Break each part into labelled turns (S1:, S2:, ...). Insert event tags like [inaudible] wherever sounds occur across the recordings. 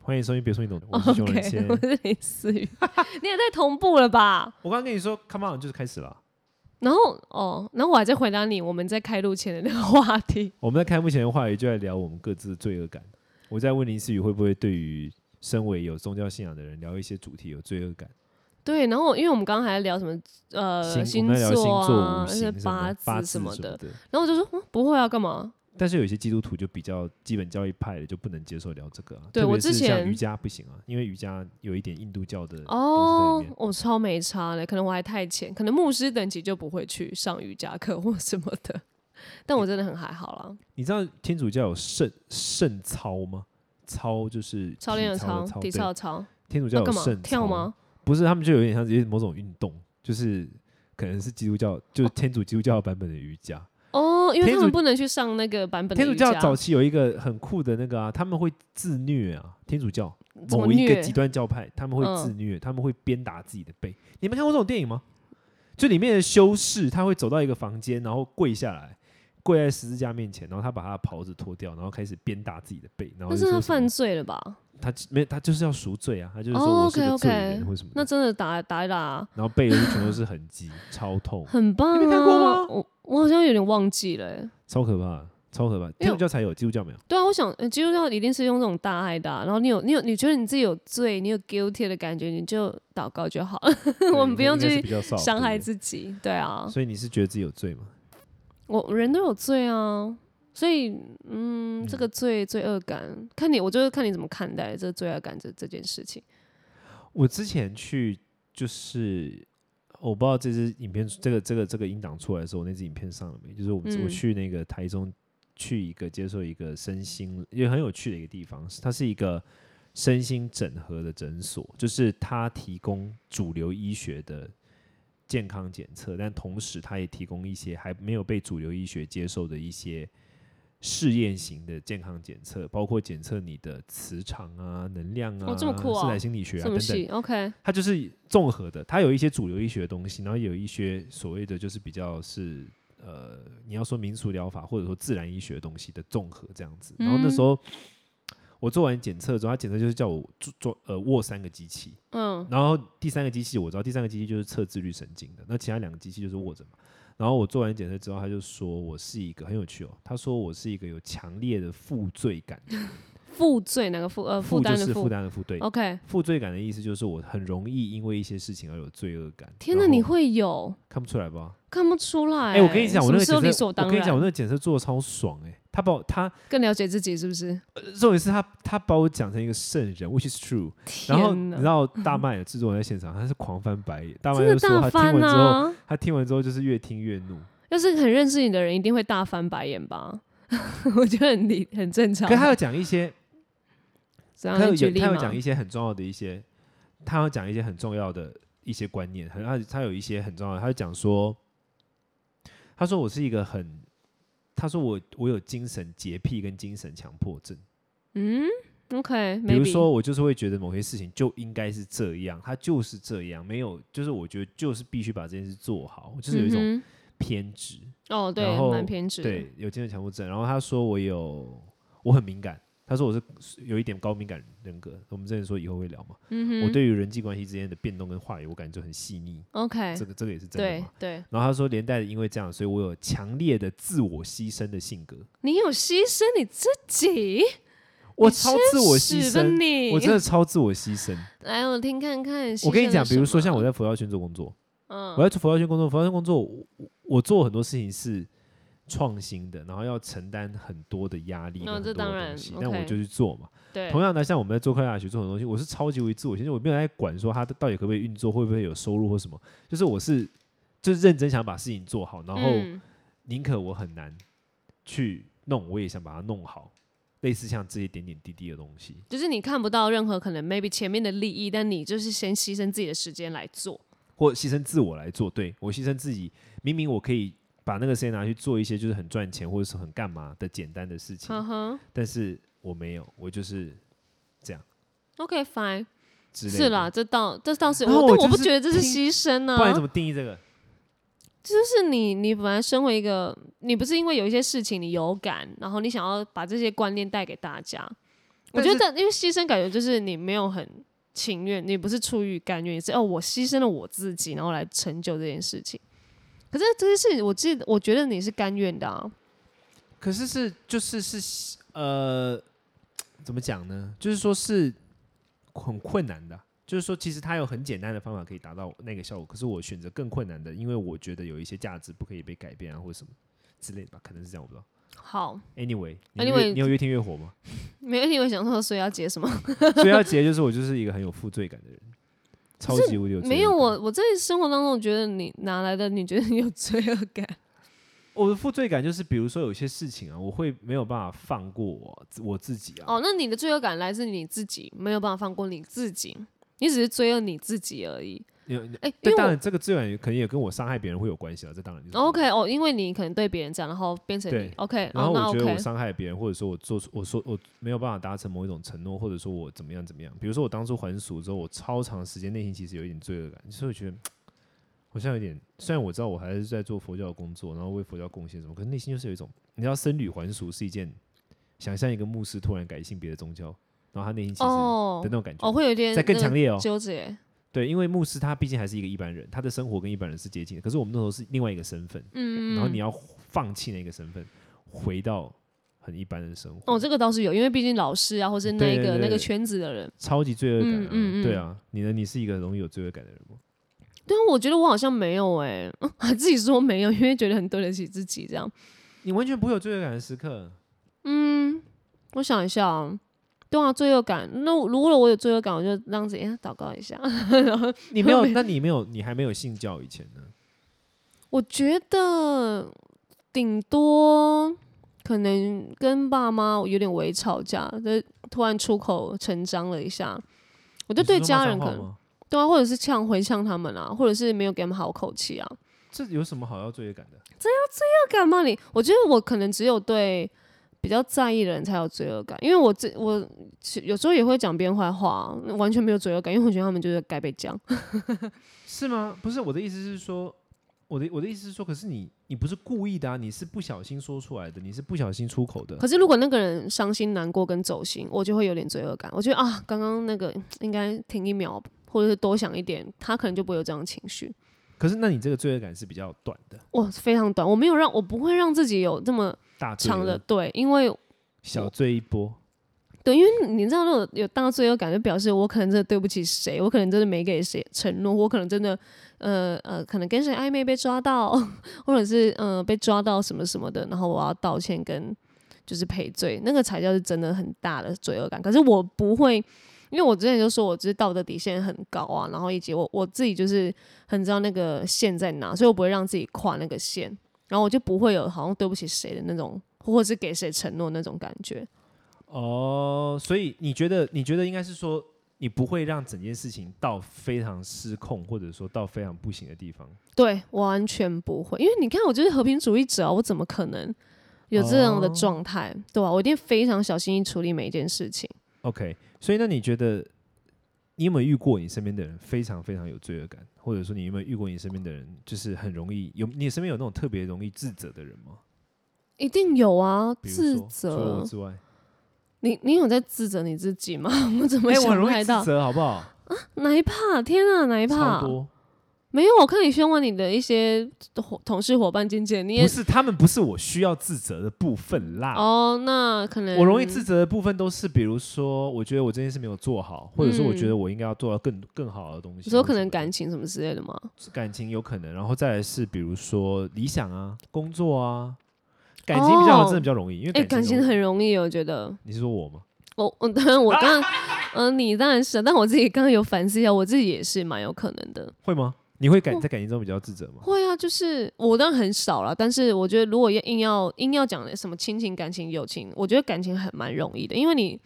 S1: 欢迎收听，别说你懂的，我
S2: 哦
S1: 是熊仁谦。
S2: 我 [laughs] 是林思雨，你也太同步了吧？
S1: 我刚刚跟你说，Come on，就是开始了。
S2: 然后哦，然后我还在回答你，我们在开录前的那个话题。
S1: 我们在开幕前的话语就在聊我们各自的罪恶感。我在问林思雨会不会对于身为有宗教信仰的人聊一些主题有罪恶感？
S2: 对，然后因为我们刚刚还在聊什么呃
S1: 星我们在聊星
S2: 座
S1: 座、
S2: 啊
S1: 五，
S2: 那些
S1: 行什
S2: 八
S1: 么八
S2: 字什么
S1: 的
S2: 的，。然后我就说、嗯、不会啊，干嘛？
S1: 但是有一些基督徒就比较基本教义派的就不能接受聊这个啊。
S2: 对
S1: 特别
S2: 我之
S1: 是像
S2: 前
S1: 瑜伽不行啊，因为瑜伽有一点印度教的东
S2: 哦
S1: 西在里面。，
S2: 我、超没差的，可能我还太浅，可能牧师等级就不会去上瑜伽课或什么的。但我真的很还好啦，
S1: 你知道天主教有圣圣操吗？操就是
S2: 操练的
S1: 体操
S2: 操
S1: 的，操，
S2: 体
S1: 对
S2: 操的操，
S1: 天主教
S2: 要
S1: 有
S2: 干嘛
S1: 圣？
S2: 跳
S1: 操
S2: 吗？？
S1: 不是，他们就有点像是某种运动，就是可能是基督教，就是天主基督教版本的瑜伽。
S2: 哦，因为
S1: 天
S2: 他
S1: 主
S2: 们不能去上那个版本的
S1: 天主
S2: 瑜
S1: 教
S2: 伽，
S1: 早期有一个很酷的那个啊，他们会自虐啊，天主教
S2: 怎么
S1: 某一个
S2: 虐
S1: 极端教派，他们会自
S2: 嗯
S1: 虐，他们会鞭打自己的背。你们看过这种电影吗？就里面的修士，他会走到一个房间，然后跪下来，跪在十字架面前，然后他把他的袍子脱掉，然后开始鞭打自己的背，然后
S2: 但
S1: 就是说
S2: 他
S1: 什么
S2: 犯罪了吧？
S1: 他没有他就是要赎罪啊，他就是说
S2: 哦
S1: 我是个罪
S2: OK，OK
S1: 人或什么的
S2: 那真的打打一打啊，
S1: 然后背的就全都是痕迹，超痛，
S2: 很棒、啊。
S1: 你没看过吗
S2: 我我好像有点忘记了欸、
S1: 超可怕，超可怕。天主教才有，基督教没有。
S2: 对啊，我想呃基督教一定是用这种大爱的啊、然后你有你有你觉得你自己有罪，你有 guilty 的感觉，你就祷告就好了， [laughs] [laughs] 我们不用去
S1: 去
S2: 伤害自己。对啊
S1: 己。，所以你是觉得自己有罪吗？
S2: 我人都有罪啊，所以嗯，这个罪罪恶感，看你，我就是看你怎么看待这个罪恶感这这件事情。
S1: 我之前去就是我不知道这支影片这个这个这个音档出来的时候，我那支影片上了没？就是我、
S2: 嗯
S1: 我去那个台中去一个接受一个身心也很有趣的一个地方，它是一个身心整合的诊所，就是它提供主流医学的。健康检测，但同时它也提供一些还没有被主流医学接受的一些试验型的健康检测，包括检测你的磁场啊、能量啊、
S2: 哦这么酷啊
S1: 自然心理学啊
S2: 什
S1: 等
S2: 么
S1: 等
S2: 戏？OK，
S1: 它就是综合的，它有一些主流医学的东西，然后也有一些所谓的就是比较是呃，你要说民俗疗法或者说自然医学的东西的综合这样
S2: 嗯
S1: 子。然后那时候我做完检测之后，他检测就是叫我做做呃握三个机器，
S2: 嗯，
S1: 然后第三个机器我知道，第三个机器就是测自律神经的，那其他两个机器就是握着嘛。然后我做完检测之后，他就说我是一个很有趣哦，他说我是一个有强烈的负罪感，
S2: 负罪哪个负？呃，负
S1: 就
S2: 担的
S1: 是负担的负，对，
S2: OK，
S1: 负罪感的意思就是我很容易因为一些事情而有罪恶感。
S2: 天
S1: 哪，
S2: 哪，你会有
S1: 看不出来吧？
S2: 看不出来、
S1: 哎、我跟你讲，我那
S2: 什么
S1: 个
S2: 时候理
S1: 检测，
S2: 所
S1: 我
S2: 当
S1: 跟
S2: 然。
S1: 你讲，我那个检测做的超爽哎、他把我他
S2: 更了解自己是不是？
S1: 呃重点是他他把我讲成一个圣人，which is true。然后
S2: 天
S1: 你
S2: 哪
S1: 知道大麦的制作人在现场，他是狂翻白眼，大麦
S2: 真的
S1: 就说
S2: 大
S1: 他听
S2: 翻
S1: 完之后，
S2: 啊！
S1: 他听完之后就是越听越怒。
S2: 要是很认识你的人，一定会大翻白眼吧？ [laughs] 我觉得很理很正常
S1: 可。是他有讲一些，
S2: 怎
S1: 他
S2: 样？
S1: 有
S2: 你举例
S1: 他有
S2: 嘛？
S1: 讲一些很重要的一些，他有讲一些很重要的一些观念，很他他有一些很重要的，他就讲说，他说我是一个很，他说我我有精神洁癖跟精神强迫症。
S2: 嗯，OK，
S1: 比如
S2: maybe
S1: 说，我就是会觉得某些事情就应该是这样，它就是这样，没有，就是我觉得就是必须把这件事做好，就是有一种
S2: 嗯
S1: 偏执，
S2: 哼哦，对
S1: 然，后
S2: 蛮偏执的。
S1: 对，有精神强迫症。然后他说我有，我很敏感，他说我是有一点高敏感人格，我们之前说以后会聊嘛。
S2: 嗯哼，
S1: 我对于人际关系之间的变动跟话语，我感觉就很细腻，
S2: OK，
S1: 这个这个也是真的
S2: 对
S1: 嘛。
S2: 对，
S1: 然后他说连带的因为这样，所以我有强烈的自我牺牲的性格，
S2: 你有牺牲你自己，
S1: 我
S2: 你
S1: 超
S2: 真
S1: 自我牺
S2: 是吧
S1: 牲，
S2: 你
S1: 我真的超自我牺牲。
S2: 来，我听看看。
S1: 我跟你讲，比如说像我
S2: 在，
S1: 在佛教圈做工作，
S2: 嗯，
S1: 我在佛教圈工作，佛教圈工作，我我我做很多事情是创新的，然后要承担很多的压力跟
S2: 哦
S1: 很
S2: 这
S1: 多
S2: 当
S1: 的
S2: 然
S1: 东西，
S2: ，OK
S1: 但我就去做嘛。
S2: 对，
S1: 同样的，像我们在做科啊大学做很多东西，我是超级为自我，其实我没有在管说它到底可不可以运作，会不会有收入或什么，就是我是就是认真想把事情做好，然后
S2: 嗯
S1: 宁可我很难去弄，我也想把它弄好，类似像这些点点滴滴的东西。
S2: 就是你看不到任何可能 maybe 前面的利益，但你就是先牺牲自己的时间来做。
S1: 或牺牲自我来做，对我牺牲自己，明明我可以把那个时间拿去做一些就是很赚钱或者是很干嘛的简单的事情，
S2: 嗯哼
S1: 但是我没有，我就是
S2: ，OK fine，
S1: 之类的。
S2: 是啦，，这倒这倒是，
S1: 然后
S2: 我
S1: 我
S2: 但我
S1: 就
S2: 不
S1: 是
S2: 觉得这是
S1: 听
S2: 牺牲呢、
S1: 不然你怎
S2: 啊，
S1: 么定义这个？
S2: 就是你你本来身为一个，你不是因为有一些事情你有感，然后你想要把这些观念带给大家，我
S1: 但
S2: 觉
S1: 是
S2: 得，因为牺牲感觉就是你没有很情愿，你不是出于甘愿，也是哦，我牺牲了我自己，然后来成就这件事情。可是这些事情，我记得，我觉得你是甘愿的啊。
S1: 可是是就是是呃，怎么讲呢？就是说是很困难的啊。就是说，其实它有很简单的方法可以达到那个效果，可是我选择更困难的，因为我觉得有一些价值不可以被改变啊，或者什么之类的吧，可能是这样，我不知道。
S2: 好，
S1: Anyway，你
S2: Anyway，
S1: 越你有越听越火吗？
S2: 没问题。我想说，所以要解
S1: [laughs]
S2: 什么？
S1: 所以要结就是我就是一个很有负罪感的人，超级无敌有罪恶感。
S2: 没有我，我在生活当中，我觉得你哪来的？你觉得你有罪恶
S1: [laughs]
S2: 感？
S1: 我的负罪感就是，比如说有些事情啊，我会没有办法放过我我自己啊。
S2: 哦，那你的罪恶感来自你自己，没有办法放过你自己，你只是罪恶你自己而已。
S1: 你你
S2: 哎、因
S1: 但
S2: 为
S1: 当
S2: 我
S1: 然，这个罪恶感可能也跟我伤害别人会有关系啊，这当然就是。
S2: OK 哦，因为你可能对别人这样，然后变成你
S1: 对
S2: OK，
S1: 然后
S2: 哦、那
S1: 我觉得
S2: OK
S1: 我伤害别人，或者说我做出我说我没有办法达成某一种承诺，或者说我怎么样怎么样。比如说我当初还俗之后，我超长时间内心其实有一点罪恶感，所以我觉得好像有点，虽然我知道我还是在做佛教的工作，然后为佛教贡献什么，可是内心就是有一种，你知道僧侣还俗是一件，想象一个牧师突然改信别的宗教，然后他内心其实的
S2: 哦
S1: 那种感觉，
S2: 哦，会有一点
S1: 再更
S2: 那个
S1: 强烈哦。
S2: 纠结，
S1: 对，因为牧师他毕竟还是一个一般人，他的生活跟一般人是接近的，可是我们那时候是另外一个身份，
S2: 嗯，
S1: 然后你要放弃那个身份，回到很一般的生活。
S2: 哦，这个倒是有，因为毕竟老师啊，或是那
S1: 对
S2: 个
S1: 对
S2: 那个
S1: 对
S2: 圈子的人，
S1: 超级罪恶感、啊
S2: 嗯嗯嗯
S1: 对啊，你呢？你是一个容易有罪恶感的人吗？
S2: 对啊，我觉得我好像没有哎、嗯 [laughs] 还自己说没有，因为觉得很对得起自己这样。
S1: 你完全不会有罪恶感的时刻。
S2: [laughs] 嗯，我想一下、啊，对啊，罪恶感。那我如果我有罪恶感，我就这样子，哎、祷告一下。 [laughs] 然后
S1: 你没有？那你没有？你还没有信教以前呢？
S2: 我觉得顶多可能跟爸妈有点微吵架，就突然出口成章了一下。我
S1: 我
S2: 就对家人可能
S1: 能
S2: 对啊，或者是呛回呛他们啊，或者是没有给他们好口气啊。
S1: 这有什么好要罪恶感的？
S2: 干嘛你？我觉得我可能只有对比较在意的人才有罪恶感，因为我这我其有时候也会讲别人坏话、啊，完全没有罪恶感，因为我觉得他们就是该被讲。
S1: 是吗？不是我的意思是说，我的我的意思是说，可是你你不是故意的啊，你是不小心说出来的，你是不小心出口的。
S2: 可是如果那个人伤心、难过跟走心，我就会有点罪恶感。我觉得啊，刚刚那个应该停一秒，或者是多想一点，他可能就不会有这样的情绪。
S1: 可是那你这个罪恶感是比较短的，
S2: 哇，非常短，我没有让我不会让自己有这么
S1: 大罪
S2: 长的
S1: 恶
S2: 对，因为
S1: 小罪一波。
S2: 对，因为你知道，那种有大罪恶感，就表示我可能真的对不起谁，我可能真的没给谁承诺，我可能真的，呃呃，可能跟谁暧昧被抓到，或者是呃被抓到什么什么的，然后我要道歉跟就是赔罪，那个才叫是真的很大的罪恶感。可是我不会，因为我之前就说我就是道德底线很高啊，然后以及我我自己就是很知道那个线在哪，所以我不会让自己跨那个线，然后我就不会有好像对不起谁的那种，或者是给谁承诺那种感觉。
S1: 哦，所以你觉得？你觉得应该是说，你不会让整件事情到非常失控，或者说到非常不行的地方。
S2: 对，完全不会，因为你看，我就是和平主义者啊，我怎么可能有这样的
S1: 哦
S2: 状态，对吧、啊我一定非常小心翼翼处理每一件事情。
S1: OK，所以那你觉得，你有没有遇过你身边的人非常非常有罪恶感，或者说你有没有遇过你身边的人就是很容易有？你身边有那种特别容易自责的人吗？
S2: 一定有啊，
S1: 比如
S2: 自
S1: 说，除了我
S2: 责。
S1: 之外，
S2: 你你有在自责你自己吗？ [laughs] 我怎么
S1: 哎、我很
S2: 想不
S1: 容
S2: 太
S1: 易
S2: 到
S1: 自？责，好不好？
S2: 哪一怕？天啊，哪一怕
S1: 超？多，
S2: 没有，我看你询问你的一些伙同事、伙伴、经纪人，你也
S1: 不是他们不是我需要自责的部分啦。
S2: 哦，那可能
S1: 我容易自责的部分都是，比如说，我觉得我这件事没有做好，或者说我觉得我应该要做到更更好的东西。
S2: 嗯你说
S1: 或者
S2: 可
S1: 什
S2: 能
S1: 么
S2: 感情什么之类的吗？
S1: 感情有可能，然后再来是比如说理想啊、工作啊，感情比较好，
S2: 哦
S1: 真的比较容易，因为
S2: 哎、
S1: 感
S2: 感
S1: 情
S2: 情
S1: 容易
S2: 很容易，我觉得。
S1: 你是说我吗？
S2: 我我当 [laughs] 然我当然，嗯、你当然是啊，但我自己刚刚有反思一下，我自己也是蛮有可能的。
S1: 会吗？你会感
S2: 我
S1: 在感情中比较自责吗？
S2: 会啊，就是我当然很少了，但是我觉得如果要硬要硬要讲什么亲情、感情、友情，我觉得感情很蛮容易的，因为你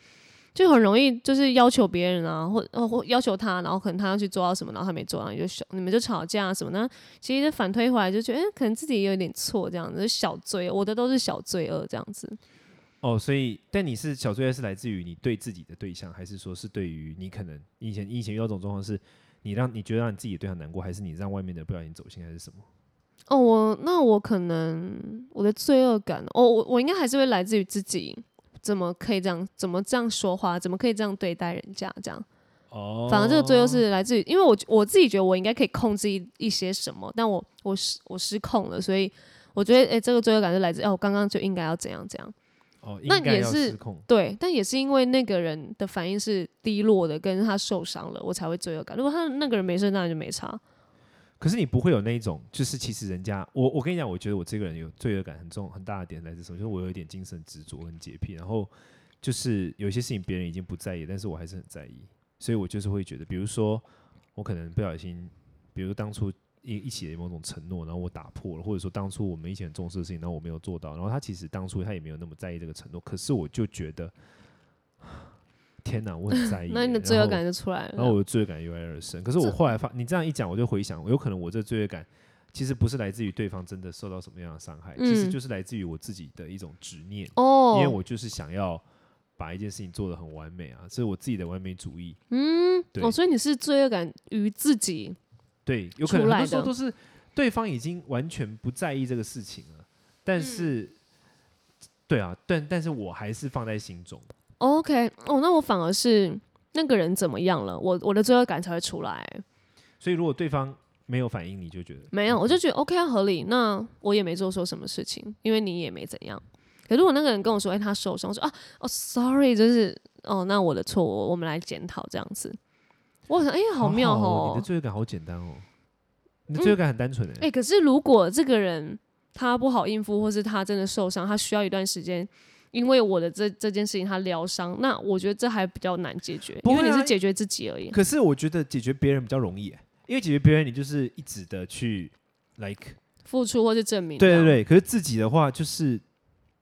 S2: 就很容易就是要求别人啊，或呃或要求他，然后可能他要去做到什么，然后他没做到，你就小你们就吵架啊什么的。其实反推回来就觉得，哎、可能自己也有点错，这样子小罪，我的都是小罪恶这样子。
S1: 哦，所以但你是小罪恶是来自于你对自己的对象，还是说是对于你可能你以前你以前遇到这种状况是？你让你觉得让你自己的对象难过，还是你让外面的人不小心走心，还是什么？
S2: 哦，我那我可能我的罪恶感，哦，我我应该还是会来自于自己怎么可以这样，怎么这样说话，怎么可以这样对待人家这样。
S1: 哦，
S2: 反而这个最后是来自于，因为我我自己觉得我应该可以控制一一些什么，但我我失我失控了，所以我觉得诶、这个罪恶感就来自哦，我刚刚就应该要怎样怎样。
S1: 哦，
S2: 那
S1: 应该
S2: 也
S1: 要
S2: 是
S1: 失控
S2: 对，但也是因为那个人的反应是低落的，跟他受伤了，我才会罪恶感。如果他那个人没事，当然就没差。
S1: 可是你不会有那一种，就是其实人家，我我跟你讲，我觉得我这个人有罪恶感很重很大的点来自什么？就是我有一点精神执着跟洁癖，然后就是有些事情别人已经不在意，但是我还是很在意，所以我就是会觉得，比如说我可能不小心，比如当初一一起的某种承诺，然后我打破了，或者说当初我们一起很重视的事情，然后我没有做到，然后他其实当初他也没有那么在意这个承诺，可是我就觉得，天哪，我很在意耶。
S2: 那你的罪
S1: 哎
S2: 恶
S1: 然后
S2: 感就出来了。
S1: 然后我的罪恶感由来而生。可是我后来发，你这样一讲，我就回想，有可能我这罪恶感其实不是来自于对方真的受到什么样的伤害，其实
S2: 嗯
S1: 就是来自于我自己的一种执念，因为
S2: 哦，
S1: 我就是想要把一件事情做得很完美啊，这是我自己的完美主义。
S2: 嗯，
S1: 对
S2: 哦，所以你是罪恶感于自己，
S1: 对，有可能很
S2: 出来
S1: 多
S2: 的
S1: 时候都是对方已经完全不在意这个事情了，
S2: 嗯
S1: 但是。对啊，但但是我还是放在心中。
S2: OK，哦，那我反而是那个人怎么样了，我我的罪恶感才会出来。
S1: 所以如果对方没有反应，你就觉得
S2: 没有，我
S1: 嗯
S2: 就觉得 OK 啊合理。那我也没做错什么事情，因为你也没怎样。可如果那个人跟我说，哎、他受伤，我说啊，哦，sorry，就是哦，那我的错，我我们来检讨这样子。我想，哎、好妙
S1: 好哦你
S2: 哦
S1: 的，罪恶感好简单哦，你的罪恶感很单纯哎、
S2: 哎、可是如果这个人他不好应付，或是他真的受伤，他需要一段时间。因为我的这这件事情他疗伤，那我觉得这还比较难解决，
S1: 不
S2: 因为
S1: 会
S2: 你
S1: 啊
S2: 是解决自己而已。
S1: 可是我觉得解决别人比较容易欸，因为解决别人你就是一直的去 like，
S2: 付出或是证明。
S1: 对对，对。可是自己的话就是，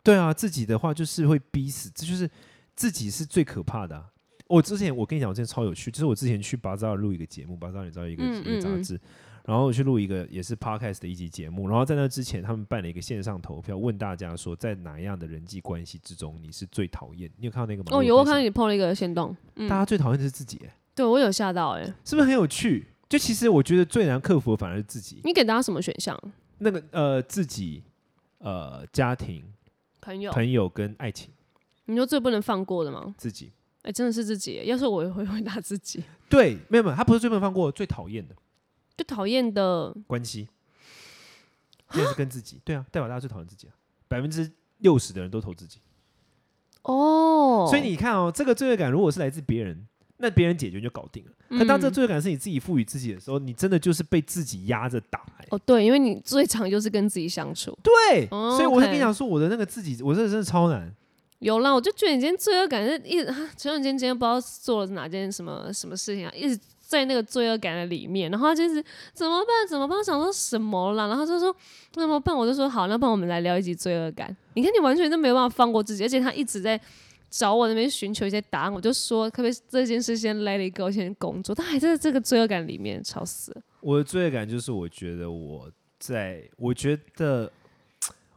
S1: 对啊，自己的话就是会逼死，这就是自己是最可怕的啊、我之前我跟你讲，我之前超有趣，就是我之前去巴扎尔录一个节目，巴扎尔你知道一个、
S2: 嗯
S1: 一个杂
S2: 嗯嗯
S1: 志，然后我去录一个也是 podcast 的一集节目，然后在那之前他们办了一个线上投票，问大家说在哪样的人际关系之中你是最讨厌？你有看到那个吗？
S2: 哦，有我
S1: 分
S2: 看到
S1: 享
S2: 你碰了一个线洞，嗯
S1: 大，家最讨厌的是自己欸、
S2: 对我有吓到哎、
S1: 是不是很有趣？就其实我觉得最难克服的反而是自己，
S2: 你给大家什么选项？
S1: 那个呃自己呃家庭、
S2: 朋友，
S1: 朋友跟爱情，
S2: 你说最不能放过的吗？
S1: 自己
S2: 哎、真的是自己耶。要是我也会回答自己，
S1: 对，没有没有，他不是最不能放过，最讨厌的
S2: 就讨厌的
S1: 关系，那是跟自己，对啊，代表大家最讨厌自己啊，百分之六十的人都投自己，
S2: 哦。
S1: 所以你看哦，这个罪恶感如果是来自别人。那别人解决就搞定了。
S2: 嗯
S1: 可当这个罪恶感是你自己赋予自己的时候，你真的就是被自己压着打、欸。
S2: 哦，对，因为你最常就是跟自己相处。
S1: 对，
S2: 哦
S1: 所以我才
S2: OK
S1: 跟你讲说，我的那个自己，我真的真的超难。
S2: 有啦，我就觉得你今天罪恶感是一直，啊陈永坚今天不知道做了哪件什么什么事情啊，一直在那个罪恶感的里面，然后他就是怎么办怎么办，我想说什么啦，然后他就说怎么办，我就说好，那帮我们来聊一集罪恶感。你看你完全都没有办法放过自己，而且他一直在找我那边寻求一些答案，我就说可不可以这件事先 let it go，先工作，他还在这个罪恶感里面，吵死了。
S1: 我的罪恶感就是，我觉得我在，我觉得，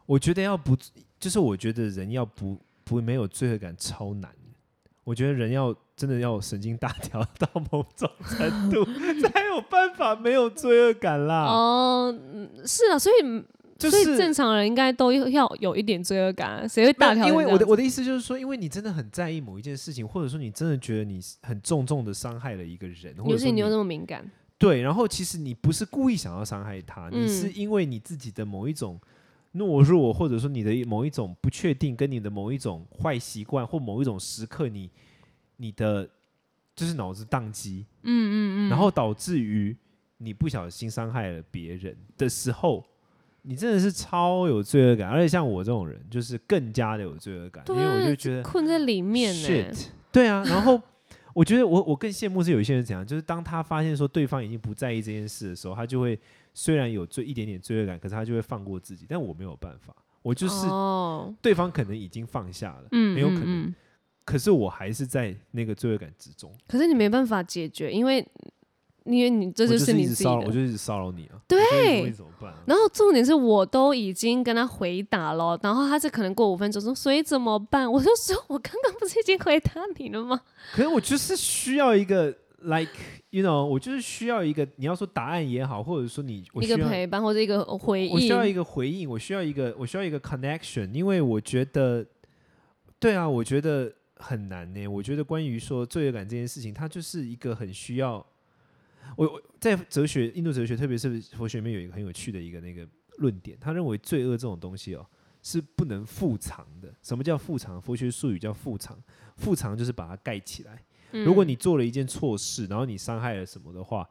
S1: 我觉得要不，就是我觉得人要不不没有罪恶感超难。我觉得人要真的要神经大条到某种程度，才有办法没有罪恶感啦。
S2: 哦、嗯是啊，所以、
S1: 啊就
S2: 所以
S1: 是
S2: 正常人应该都要有一点罪恶感啊，谁会大条
S1: 没有
S2: 成
S1: 因为
S2: 这
S1: 我
S2: 样
S1: 的我的意思就是说，因为你真的很在意某一件事情，或者说你真的觉得你很重重的伤害了一个人，或者
S2: 尤其
S1: 说
S2: 你
S1: 你
S2: 又那么敏感，
S1: 对，然后其实你不是故意想要伤害他，你
S2: 嗯
S1: 是因为你自己的某一种懦弱，或者说你的某一种不确定，跟你的某一种坏习惯，或某一种时刻你，你的就是脑子宕机，嗯嗯嗯，然后导致于你不小心伤害了别人的时候。你真的是超有罪恶感，而且像我这种人，就是更加的有罪恶感，因
S2: 对
S1: 为
S2: 啊
S1: 我就觉得
S2: 困在里面呢、
S1: Shit，对
S2: [laughs]
S1: 啊，然后我觉得我我更羡慕是有一些人怎样，就是当他发现说对方已经不在意这件事的时候，他就会虽然有罪一点点罪恶感，可是他就会放过自己。但我没有办法，我就是
S2: 哦，
S1: 对方可能已经放下了，
S2: 嗯，
S1: 很有可能，
S2: 嗯嗯
S1: 可是我还是在那个罪恶感之中。
S2: 可是你没办法解决，因为因为你这
S1: 我就
S2: 就是
S1: 一
S2: 你
S1: 直
S2: 自己
S1: 骚扰，我
S2: 的。
S1: 就一直骚扰你啊，
S2: 对
S1: 我就一直问你怎么办啊、
S2: 然后重点是我都已经跟他回答了，然后他是可能过五分钟说，所以怎么办？我就说我刚刚不是已经回答你了吗？
S1: 可是我就是需要一个 like you know，我就是需要一个你要说答案也好，或者说你我
S2: 一
S1: 需
S2: 个
S1: 要
S2: 陪伴或者一个回
S1: 我需要
S2: 应，
S1: 一个回应，我需要一个我需要一个 connection，因为我觉得对啊，我觉得很难呢。我觉得关于说罪恶感这件事情，它就是一个很需要我我在哲学印度哲学，特别是佛学里面有一个很有趣的一个那个论点，他认为罪恶这种东西哦是不能复藏的。什么叫复藏？佛学术语叫复藏，复藏就是把它盖起来。
S2: 嗯
S1: 如果你做了一件错事，然后你伤害了什么的话，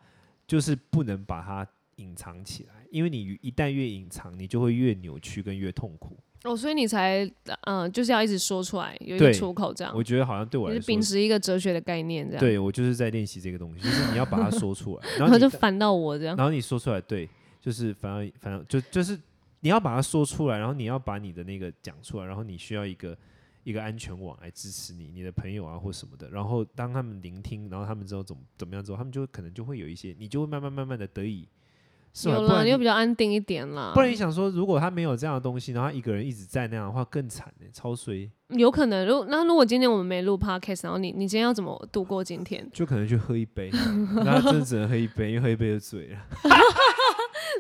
S1: 就是不能把它隐藏起来，因为你一旦越隐藏，你就会越扭曲跟越痛苦。
S2: 哦，所以你才嗯、呃就是要一直说出来，有一
S1: 对
S2: 个出口这样
S1: 我。觉得好像对我
S2: 啊你
S1: 来
S2: 是
S1: 说
S2: 秉，持一个哲学的概念这样，
S1: 对我就是在练习这个东西，就是你要把它说出
S2: [laughs]
S1: 来，然
S2: 然
S1: 后
S2: 后
S1: 你
S2: 就烦到我这样。
S1: 然后你说出来，对，就是反而反而就就是你要把它说出来，然后你要把你的那个讲出来，然后你需要一个一个安全网来支持你，你的朋友啊或什么的。然后当他们聆听，然后他们知道怎么怎么样之后，他们就可能就会有一些，你就会慢慢慢慢的得以释怀。
S2: 有
S1: 不
S2: 啦，
S1: 然
S2: 你又
S1: 你
S2: 比较嗯安定一点啦。
S1: 不然你想说，如果他没有这样的东西，然后他一个人一直在那样的话，更惨呢、超衰，
S2: 有可能，如果那如果今天我们没录 podcast，然后你你今天要怎么度过今天？
S1: 就可能去喝一
S2: [laughs]
S1: 杯，那真的只能喝一杯，因为喝一杯就醉了。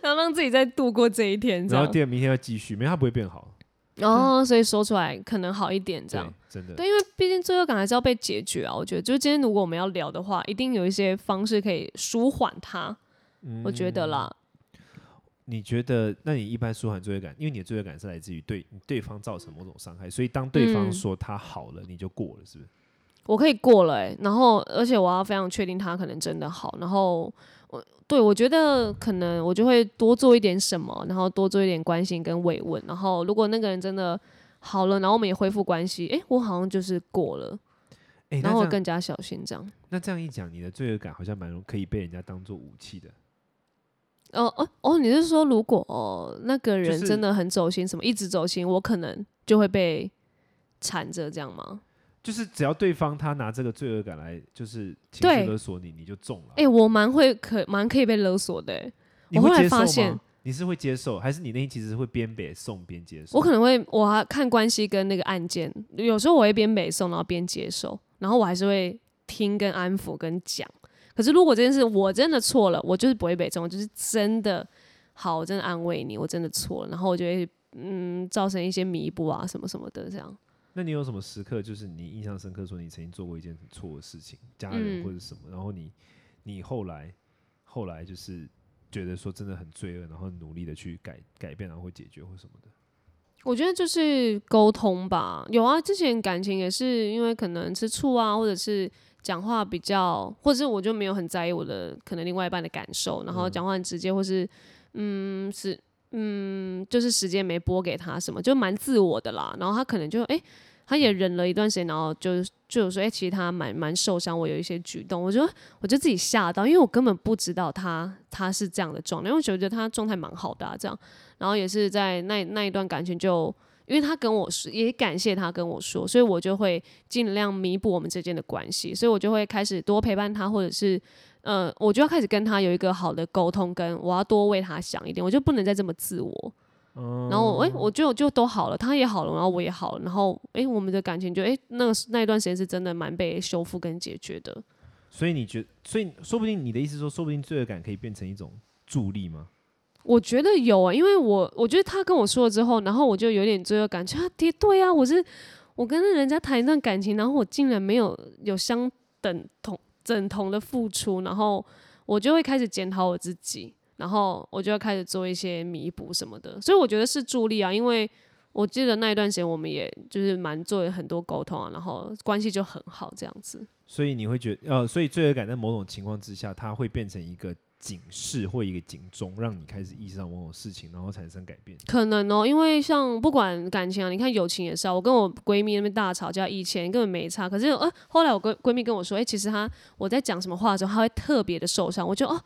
S2: 然后让自己再度过这一天，这
S1: 然
S2: 样
S1: 后。第二明天要继续，没有他不会变好，
S2: 哦，所以说出来可能好一点，这样
S1: 对。，真的。
S2: 对，因为毕竟罪恶感还是要被解决啊。我觉得，就是今天如果我们要聊的话，一定有一些方式可以舒缓它，
S1: 嗯
S2: 我觉得啦。
S1: 你觉得，那你一般舒缓罪恶感，因为你的罪恶感是来自于对你对方造成某种伤害，所以当对方
S2: 嗯
S1: 说他好了，你就过了，是不是？
S2: 我可以过了、欸，然后而且我要非常确定他可能真的好，然后我对我觉得可能我就会多做一点什么，然后多做一点关心跟慰问，然后如果那个人真的好了，然后我们也恢复关系，诶、我好像就是过了，
S1: 哎、
S2: 嗯然
S1: 那
S2: 后我
S1: 这样
S2: 更加小心这样。
S1: 那这样一讲，你的罪恶感好像蛮容可以被人家当做武器的，
S2: 哦哦哦，你是说如果哦那个人
S1: 是
S2: 真的很走心，什么一直走心，我可能就会被缠着这样吗？
S1: 就是只要对方他拿这个罪恶感来就是情绪
S2: 对
S1: 勒索你，你就中了。
S2: 诶、欸我蛮会可蛮可以被勒索的、欸，
S1: 你
S2: 我
S1: 会
S2: 后来
S1: 接受
S2: 发
S1: 吗
S2: 现？
S1: 你是会接受，还是你那天其实会边北送边接受？
S2: 我可能会我还看关系跟那个案件，有时候我会边北送，然后边接受，然后我还是会听跟安抚跟讲。可是如果这件事我真的错了，我就是不会北送，我就是真的好，我真的安慰你，我真的错了，然后我就会嗯造成一些弥补啊什么什么的这样。
S1: 那你有什么时刻就是你印象深刻，说你曾经做过一件很错的事情，家人
S2: 嗯
S1: 或者什么，然后你你后来后来就是觉得说真的很罪恶，然后努力的去改改变，然后会解决或什么的。
S2: 我觉得就是沟通吧，有啊，之前感情也是因为可能吃醋啊，或者是讲话比较，或者是我就没有很在意我的可能另外一半的感受，然后讲话很直接，或是嗯是嗯就是时间没拨给他什么，就蛮自我的啦。然后他可能就诶，他也忍了一段时间，然后就就有说诶，其实他蛮蛮受伤，我有一些举动，我就我就自己吓到，因为我根本不知道他他是这样的状态，因为我觉得他状态蛮好的、啊、这样。然后也是在那那一段感情就，因为他跟我说，也感谢他跟我说，所以我就会尽量弥补我们之间的关系，所以我就会开始多陪伴他，或者是，呃，我就要开始跟他有一个好的沟通，跟我要多为他想一点，我就不能再这么自我。然后诶、我就就都好了，他也好了，然后我也好了，然后诶、我们的感情就诶、那那一段时间是真的蛮被修复跟解决的。
S1: 所以你觉，所以说不定你的意思说，说不定罪恶感可以变成一种助力吗？
S2: 我觉得有啊、因为我我觉得他跟我说了之后，然后我就有点罪恶感，觉得对对啊，我是我跟人家谈一段感情，然后我竟然没有有相等同等同的付出，然后我就会开始检讨我自己，然后我就要开始做一些弥补什么的，所以我觉得是助力啊，因为我记得那一段时间我们也就是蛮做了很多沟通啊，然后关系就很好这样子。
S1: 所以你会觉得，呃，所以罪恶感在某种情况之下，它会变成一个警示或一个警钟，让你开始意识到某种事情，然后产生改变。
S2: 可能哦，因为像不管感情啊，你看友情也是啊。我跟我闺蜜那边大吵架，以前根本没差，可是呃，后来我闺闺蜜跟我说，哎、其实她我在讲什么话的时候，她会特别的受伤。我就哦，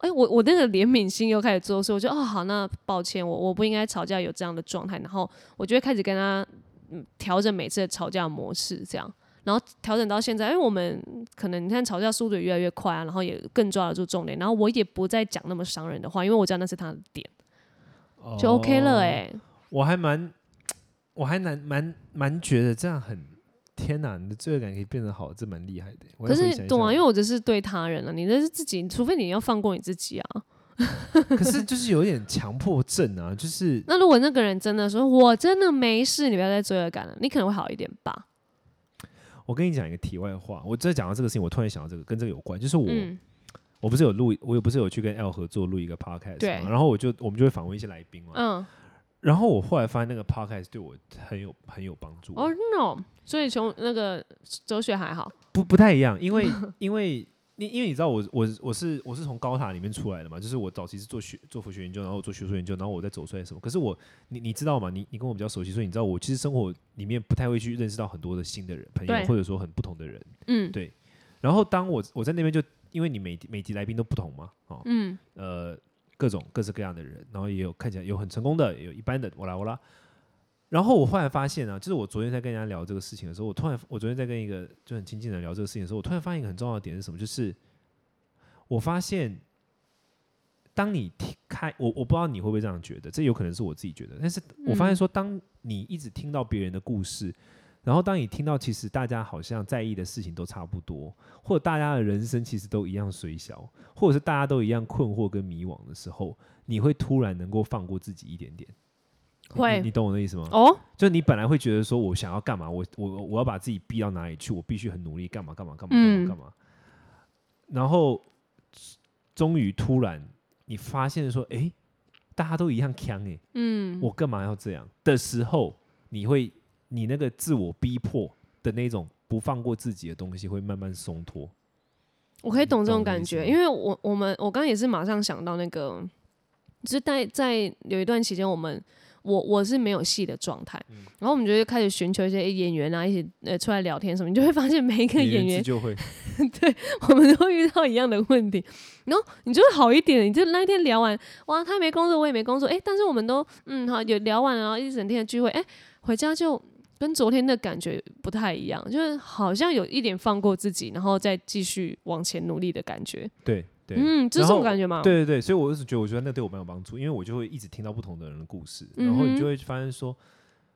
S2: 哎、我我那个怜悯心又开始作祟，我就哦好，那抱歉，我我不应该吵架有这样的状态，然后我就会开始跟她嗯调整每次的吵架模式，这样。然后调整到现在，因为我们可能你看吵架速度也越来越快啊，然后也更抓得住重点，然后我也不再讲那么伤人的话，因为我知道那是她的点，
S1: 哦
S2: 就 OK 了哎、
S1: 我还蛮，我还蛮蛮蛮觉得这样很天哪，你的罪恶感可以变得好，这蛮厉害的。我
S2: 可
S1: 要回
S2: 是
S1: 想一
S2: 懂啊，
S1: 下
S2: 因为我这是对他人啊，你这是自己，除非你要放过你自己啊。
S1: 可是就是有点强迫症啊， [laughs] 就是
S2: 那如果那个人真的说我真的没事，你不要再罪恶感了，你可能会好一点吧。
S1: 我跟你讲一个题外话，我在讲到这个事情，我突然想到这个跟这个有关，就是我、
S2: 嗯，
S1: 我不是有录，我也不是有去跟 L 合作录一个 podcast，
S2: 对
S1: 嘛然后我就我们就会访问一些来宾嘛，
S2: 嗯，
S1: 然后我后来发现那个 podcast 对我很有很有帮助，
S2: 哦、no，所以从那个哲学还好，
S1: 不不太一样，因为因为你因为你知道我我我是我是从高塔里面出来的嘛，就是我早期是做学做佛学研究，然后我做学术研究，然后我再走出来什么。可是我你你知道嘛，你你跟我比较熟悉，所以你知道我其实生活里面不太会去认识到很多的新的人朋
S2: 对
S1: 友，或者说很不同的人。
S2: 嗯
S1: 对然后当我我在那边就因为你每每集来宾都不同嘛，哦，
S2: 嗯，
S1: 呃各种各式各样的人，然后也有看起来有很成功的，也有一般的，我啦我啦。然后我忽然发现啊，就是我昨天在跟人家聊这个事情的时候，我突然我昨天在跟一个就很亲近的人聊这个事情的时候，我突然发现一个很重要的点是什么？就是我发现，当你听开我我不知道你会不会这样觉得，这有可能是我自己觉得，但是我发现说，当你一直听到别人的故事，然后当你听到其实大家好像在意的事情都差不多，或者大家的人生其实都一样水小，或者是大家都一样困惑跟迷惘的时候，你会突然能够放过自己一点点。你
S2: 会
S1: 你你懂我的意思吗？
S2: 哦，
S1: 就你本来会觉得说我想要干嘛，我我我要把自己逼到哪里去，我必须很努力干嘛干嘛干嘛干
S2: 嗯
S1: 嘛干嘛，然后终于突然你发现说，诶，大家都一样强诶，
S2: 嗯，
S1: 我干嘛要这样的时候，你会你那个自我逼迫的那种不放过自己的东西会慢慢松脱。
S2: 我可以懂这种感
S1: 你懂我
S2: 觉，
S1: 的意
S2: 因为我我们我刚刚也是马上想到那个，就是在在有一段期间，我们我我是没有戏的状态，
S1: 嗯
S2: 然后我们就会开始寻求一些演员啊，一起呃出来聊天什么，你就会发现每一个演员
S1: 就
S2: [laughs]
S1: 会
S2: 我们都会遇到一样的问题，然后你就会好一点。你就那一天聊完，哇，他没工作，我也没工作，诶，但是我们都嗯好有聊完了，然后一整天的聚会，诶，回家就跟昨天的感觉不太一样，就是好像有一点放过自己，然后再继续往前努力的感觉。
S1: 对对、
S2: 嗯，就是
S1: 然
S2: 这
S1: 后
S2: 种感觉嘛。
S1: 对，对对，所以我是觉得我觉得那对我蛮有帮助，因为我就会一直听到不同的人的故事，然后
S2: 嗯哼
S1: 你就会发现说。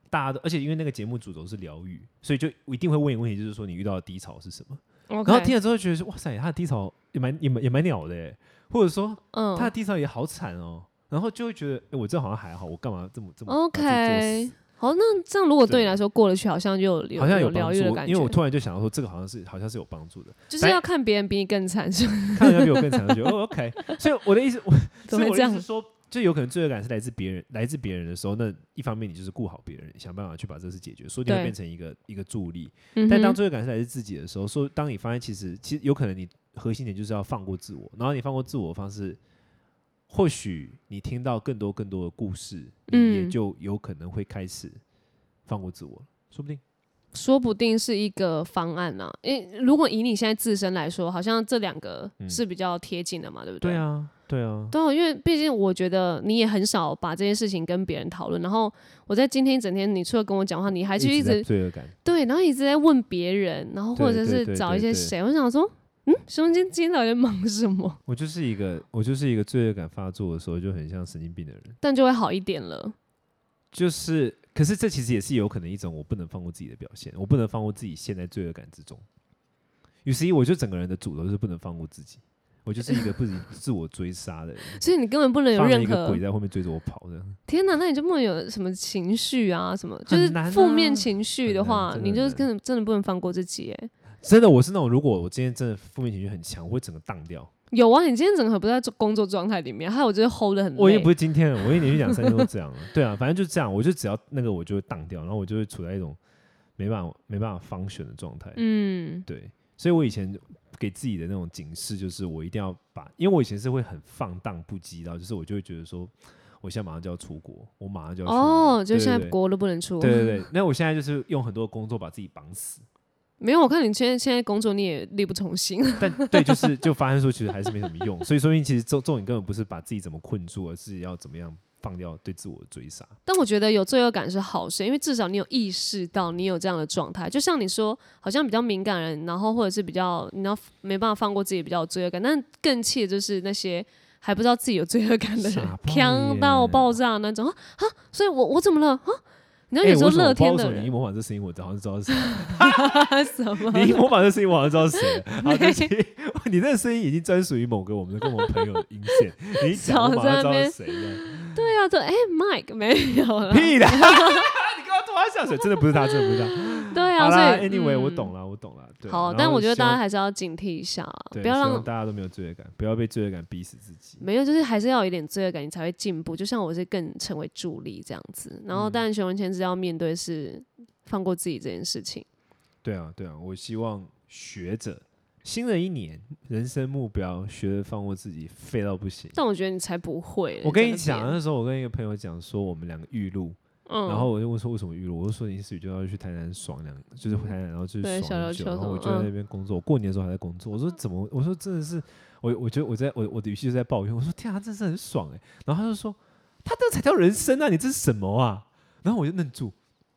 S1: 大家都，而且因为那个节目主轴是疗愈，所以就一定会问一个问题，就是说你遇到的低潮是什么？
S2: o
S1: 然后听了之后就觉得说，哇塞，他的低潮也蛮也蛮也蛮鸟的耶，或者说
S2: 嗯
S1: 他的低潮也好惨哦，然后就会觉得，哎，我这好像还好，我干嘛这么这么把自己作死
S2: OK，好，那这样如果对
S1: 对
S2: 你来说过得去，好像就有
S1: 好像
S2: 有
S1: 帮
S2: 疗
S1: 助
S2: 愈的感，觉，
S1: 因为我突然就想到说，这个好像是好像是有帮助的。
S2: 就是要看别人比你更惨，是吗？
S1: 看人家比我更惨，我觉得哦 OK。所 [laughs] 以我的意思，我
S2: 怎
S1: 所
S2: 么
S1: 以
S2: 会
S1: 我的
S2: 这样
S1: 意思 [laughs] 是说，就有可能罪恶感是来自别人，来自别人的时候，那一方面你就是顾好别人，想办法去把这事解决，说不定
S2: 对
S1: 会变成一个一个助力。
S2: 嗯
S1: 但当
S2: 哼，
S1: 罪恶感是来自自己的时候，说当你发现其实其实有可能你核心点就是要放过自我，然后你放过自我的方式，或许你听到更多更多的故事，你也
S2: 嗯
S1: 就有可能会开始放过自我了，说不定。
S2: 说不定是一个方案呢、因为如果以你现在自身来说，好像这两个
S1: 嗯
S2: 是比较贴近的嘛，对不对？
S1: 对。啊，对啊，
S2: 对啊，因为毕竟我觉得你也很少把这件事情跟别人讨论。然后我在今天一整天，你除了跟我讲话，你还去一
S1: 直在
S2: 直
S1: 罪恶感。
S2: 对，然后一直在问别人，然后或
S1: 对对
S2: 者是
S1: 对
S2: 找
S1: 对
S2: 一些
S1: 对
S2: 谁。我想说，嗯，熊今今天到底在忙什么？
S1: 我就是一个我就是一个罪恶感发作的时候就很像神经病的人，
S2: 但就会好一点了。
S1: 就是可是这其实也是有可能一种我不能放过自己的表现，我不能放过自己陷在罪恶感之中。于是，我就整个人的主轴就是不能放过自己，我就是一个
S2: [laughs]
S1: 不能自我追杀的人，
S2: 所以你根本不能有
S1: 放了
S2: 任
S1: 一个
S2: 何
S1: 鬼在后面追着我跑的。
S2: 天哪，那你就不能有什么情绪啊，什么就是
S1: 很难啊
S2: 负面情绪的
S1: 很难
S2: 话，
S1: 真的
S2: 你就
S1: 很
S2: 是
S1: 难
S2: 根本真的不能放过自己哎、
S1: 真的，我是那种如果我今天真的负面情绪很强，我会整个荡掉。
S2: 有啊，你今天整个不在工作状态里面，还有我就是 hold 的很累。
S1: 我也不是今天了，我一连续两三天都这样了。对啊，反正就这样，我就只要那个我就会荡掉，然后我就会处在一种没办法没办法方选的状态。
S2: 嗯
S1: 对，所以我以前给自己的那种警示就是，我一定要把，因为我以前是会很放荡不羁到，就是我就会觉得说，我现在马上就要出国，我马上就要出
S2: 哦，
S1: 国
S2: 就
S1: 对
S2: 现在
S1: 对
S2: 国都不能出。
S1: 对对对对，那我现在就是用很多工作把自己绑死，
S2: 没有，我看你现在现在工作你也力不从心。 [laughs]
S1: 但对，就是就发现说其实还是没什么用，所以说明其实重重点根本不是把自己怎么困住，而是要怎么样放掉对自我的追杀。
S2: 但我觉得有罪恶感是好事，因为至少你有意识到你有这样的状态。就像你说，好像比较敏感人，然后或者是比较你要没办法放过自己，比较有罪恶感。但更气的就是那些还不知道自己有罪恶感的人
S1: 傻，爆
S2: 呛到
S1: 耶
S2: 爆炸那种啊啊！所以我我怎么了啊？你知道
S1: 哎
S2: 有时候
S1: 为什么
S2: 乐
S1: 我不知道
S2: 天
S1: 为
S2: 的
S1: 什么你一
S2: 人，
S1: 模仿这声音，我好像知道是谁。
S2: [laughs] 什么 [laughs]
S1: 你一模仿这声音，我好像知道是谁了。好，对不起， [laughs] 你那个声音已经专属于某个我们的共同朋友的音
S2: [laughs]
S1: 线，你一讲我马上知道是谁了。
S2: 对啊，对，哎、m i k e 没有
S1: [laughs]
S2: 了，
S1: 屁
S2: [laughs]
S1: 的，你跟我拖他下水，真的不是他，真的不是他。
S2: 对
S1: 好
S2: 啊，
S1: 啦
S2: 所以
S1: ，anyway，我
S2: 嗯
S1: 懂了，我懂了。对，
S2: 好，
S1: 然
S2: 但
S1: 后
S2: 我觉得
S1: 希
S2: 大
S1: 望
S2: 家还是要警惕一下，啊
S1: 对
S2: 不要
S1: 希望
S2: 让
S1: 大家都没有罪恶感，不要被罪恶感逼死自己。
S2: 没有，就是还是要有一点罪恶感，你才会进步。就像我是更成为助力这样子，然后
S1: 嗯
S2: 但熊仁谦是要面对是放过自己这件事情。
S1: 对啊，对啊，我希望学者新的一年人生目标，学着放过自己，废到不行。
S2: 但我觉得你才不会嘞。
S1: 我跟
S2: 在
S1: 你
S2: 那
S1: 讲，
S2: 边，
S1: 那时候我跟一个朋友讲说，我们两个预录，
S2: 嗯，
S1: 然后我就问说为什么预录，我就说你是就要去台南爽两，就是回台南，然后就是
S2: 嗯对
S1: 爽
S2: 小
S1: 很
S2: 琉
S1: 久，
S2: 球
S1: 然后
S2: 什
S1: 我
S2: 么
S1: 就在
S2: 嗯
S1: 那边工作，我过年的时候还在工作，我说怎么，我说真的是，我我觉得我在我我的语气就在抱怨，我说天啊，真是很爽哎、然后他就说他这才叫人生啊，你这是什么啊？然后我就愣住，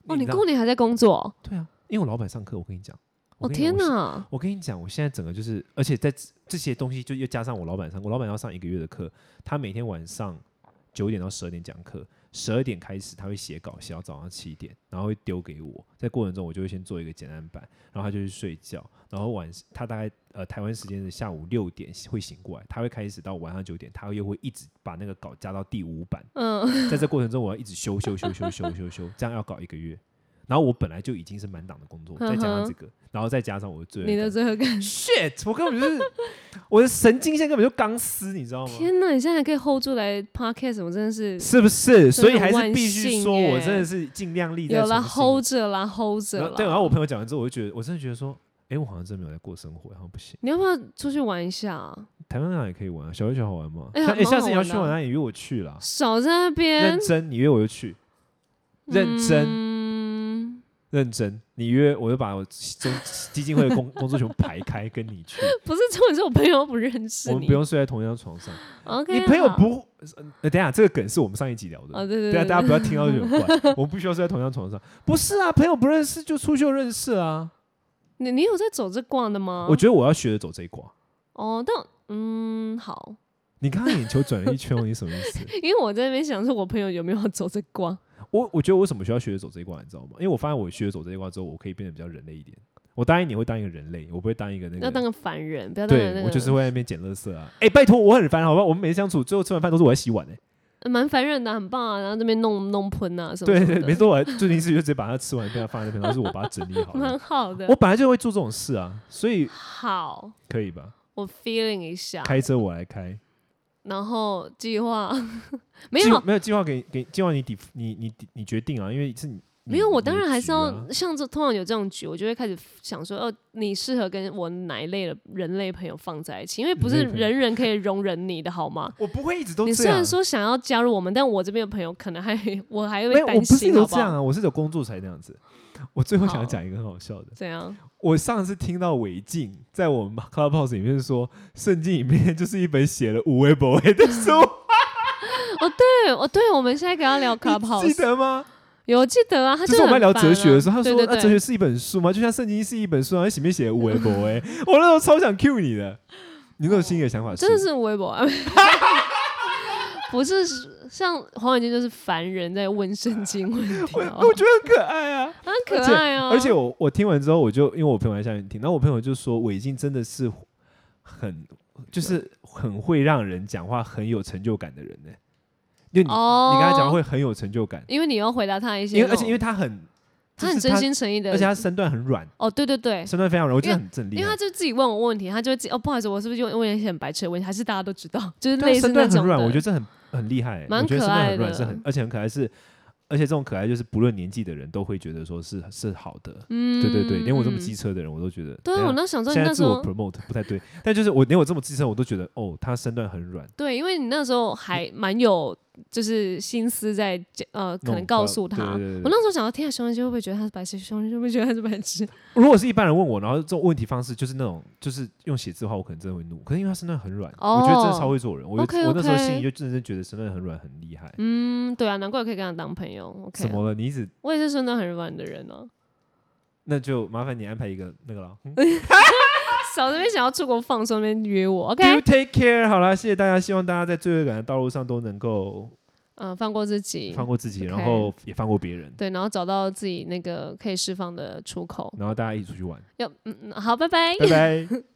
S2: 哦，你
S1: 知道
S2: 过年还在工作？
S1: 对啊，因为我老板上课，我跟你讲，
S2: 哦
S1: 我跟你讲
S2: 天！哪！
S1: 我跟你讲，我现在整个就是，而且在这这些东西就又加上我老板上，我老板要上一个月的课，他每天晚上九点到十二点讲课，十二点开始他会写稿，写到早上七点，然后会丢给我，在过程中我就会先做一个简单版，然后他就去睡觉，然后晚他大概呃台湾时间的下午六点会醒过来，他会开始到晚上九点，他又会一直把那个稿加到第五
S2: [laughs]
S1: 版，
S2: 嗯，
S1: 在这过程中，我要一直修修修修修修修，这样要搞一个月。然后我本来就已经是满档的工作，再加上这个，然后再加上我的罪恶
S2: 嗯你的
S1: 感
S2: 罪恶感。
S1: [laughs] shit，我根本就是 [laughs] 我的神经线根本就钢丝，你知道吗？
S2: 天哪！你现在还可以 hold 住来 podcast，我真的是
S1: 是不是？所以
S2: 很
S1: 还是
S2: 万
S1: 必须
S2: 幸
S1: 说，我
S2: 耶
S1: 真的是尽量力在
S2: 有啦
S1: 重新
S2: hold 着啦 hold 着
S1: 然
S2: 啦
S1: 后。对，然后我朋友讲完之后，我就觉得，我真的觉得说，哎，我好像真的没有在过生活，好像不行。
S2: 你要不要出去玩一下？
S1: 台湾那也可以玩啊，小琉球好玩吗？
S2: 哎呀
S1: 下
S2: 蛮
S1: 下次
S2: 好
S1: 你要
S2: 玩
S1: 去
S2: 的啊
S1: 玩哪里约我去啦？
S2: 少在那边
S1: 认真，你约我就去。认真，
S2: 嗯，
S1: 认真，你约我就把我中 [laughs] 基金会的工工作全部排开，跟你
S2: [laughs]
S1: 去，
S2: 不是重点是我朋友不认识
S1: 我
S2: 你，
S1: 们不用睡在同一张床上。
S2: OK 啊。
S1: 你朋友不，呃，等一下这个梗是我们上一集聊的，
S2: 哦，对对
S1: 对啊，
S2: 对，
S1: 大家不要听到就很怪，我们不需要睡在同一张床上。不是啊，朋友不认识就出去就认识啊。
S2: 你你有在走这逛的吗？
S1: 我觉得我要学着走这一卦。
S2: 哦，但嗯好，
S1: 你刚刚眼球转了一圈，你什么意思？
S2: 因为我在那边想说，我朋友有没有要走这逛？
S1: 我我觉得我为什么需要学着走这一卦，你知道吗？因为我发现我学着走这一卦之后，我可以变得比较人类一点。我答应你会当一个人类，我不会当一个那
S2: 要
S1: 个
S2: 当个凡人，不要当个那
S1: 对，
S2: 个，
S1: 我就是会在那边捡垃圾啊！哎、拜托，我很烦，好吧？我们每次相处，最后吃完饭都是我在洗碗哎、
S2: 呃蛮凡人的，很棒啊。然后这边弄弄喷啊什么
S1: 对
S2: 什么
S1: 对，
S2: 的
S1: 没错，我还最近是就直接把它吃完，被它放在那边，然后是我把它整理
S2: [laughs]
S1: 好
S2: 蛮
S1: 了。
S2: 好的
S1: 我。本来就会做这种事啊，所以
S2: 好，
S1: 可以吧？
S2: 我 feeling 一下，
S1: 开车我来开，
S2: 然后计划 [laughs] 没
S1: 计
S2: 有
S1: 没有计划给给计划你底你你你决定啊，因为是你
S2: 没有，
S1: 你
S2: 我
S1: 你
S2: 当
S1: 的
S2: 然还
S1: 局
S2: 是
S1: 啊
S2: 要像这通常有这种局，我就会开始想说，哦，你适合跟我哪一类的人类朋友放在一起，因为不
S1: 人
S2: 是
S1: 类朋友
S2: 人人可以容忍你的好吗？
S1: 我不会一直 [laughs] 都
S2: 你
S1: 这
S2: 虽
S1: 样啊
S2: 然。说想要加入我们，但我这边的朋友可能还我还
S1: 没
S2: 会
S1: 有，我
S2: 担
S1: 不是一
S2: 心，
S1: 直都
S2: 好不
S1: 这样
S2: 好？
S1: 啊，我是有工作才那样子。我最后想
S2: 好
S1: 讲一个很好笑的，
S2: 怎样？
S1: 我上次听到韦静在我们 [laughs] Clubhouse 里面说，圣经里面就是一本写了五位博位的书，
S2: 对，哦，对，我们现在给他
S1: [laughs]
S2: 聊
S1: 你记
S2: [laughs] Clubhouse，
S1: 得吗？
S2: 有记得啊？他
S1: 就是我们在聊
S2: 很烦
S1: 哲学的时候，
S2: 啊
S1: 他说：“
S2: 对
S1: 那哲
S2: 对对
S1: 学是一本书吗？就像圣经是一本书，然后前面写五维博哎，我那时候超想 cue 你的，你那种新的想法
S2: 真的是微博啊。 [laughs] 不是像黄伟金就是凡人在问圣经问题
S1: 我
S2: 啊，
S1: 我觉得很可爱啊。
S2: 很可爱啊。
S1: 而且我我听完之后，我就因为我朋友在下面听，然后我朋友就说韦静真的是很就是很会让人讲话很有成就感的人呢、就你、
S2: 哦，
S1: 你跟他讲话会很有成就感，
S2: 因为你要回答他一些
S1: 因
S2: 那
S1: 为而
S2: 种，
S1: 且因为他很
S2: 他很
S1: 就是
S2: 真心诚意的，
S1: 而且他身段很软，
S2: 哦，对对对，
S1: 身段非常软，我觉得
S2: 因为
S1: 很正
S2: 因
S1: 厉
S2: 为他
S1: 害。
S2: 就自己问我问题，他就会自己哦，不好意思，我是不是就问一些很白痴的问题，还是大家都知道， [laughs] 就是
S1: 对啊
S2: 类似
S1: 身
S2: 那
S1: 段
S2: 种
S1: 很软，
S2: 的
S1: 我觉得这很很厉害、欸，
S2: 蛮
S1: 我觉得
S2: 可
S1: 身段
S2: 爱
S1: 很软
S2: 的
S1: 是很，而且很可爱是，而且这种可爱就是不论年纪的人都会觉得说是是好的，
S2: 嗯，
S1: 对对对，连我这么机
S2: 嗯，
S1: 车的人我都觉得，
S2: 对
S1: 等一
S2: 啊，我
S1: 下
S2: 那想说你
S1: 现在
S2: 那时
S1: 自我
S2: 候
S1: promote 不太对，但就是我连我这么机车我都觉得哦，他身段很软，
S2: 对，因为你那时候还蛮有就是心思在呃，可能
S1: 弄
S2: 告
S1: 到
S2: 诉
S1: 对
S2: 他，
S1: 对对对
S2: 我那时候想到，天啊，熊仁谦会不会觉得他是白痴？熊仁谦会不会觉得他是白痴？
S1: 如果是一般人问我，然后这种问题方式就是那种就是用写字的话，我可能真的会怒，可是因为他身段很软，
S2: 哦
S1: 我觉得真的超会做人，我就
S2: OK，OK
S1: 我那时候心里就真的觉得身段很软很厉害。
S2: 嗯，对啊，难怪我可以跟他当朋友。OK，啊
S1: 怎么了？你一直
S2: 我也是真的很软的人 [laughs] 哦、
S1: 那就麻烦你安排一个那个了。嗯
S2: 少这边想要出国放松，那边约我。OK，
S1: Do take care，好啦，谢谢大家，希望大家在罪恶感的道路上都能够
S2: 嗯、放过自己，
S1: 放过自己，
S2: OK
S1: 然后也放过别人，
S2: 对，然后找到自己那个可以释放的出口。
S1: 然后大家一起出去玩，
S2: 要嗯，嗯好，拜拜。 [laughs]
S1: 拜拜。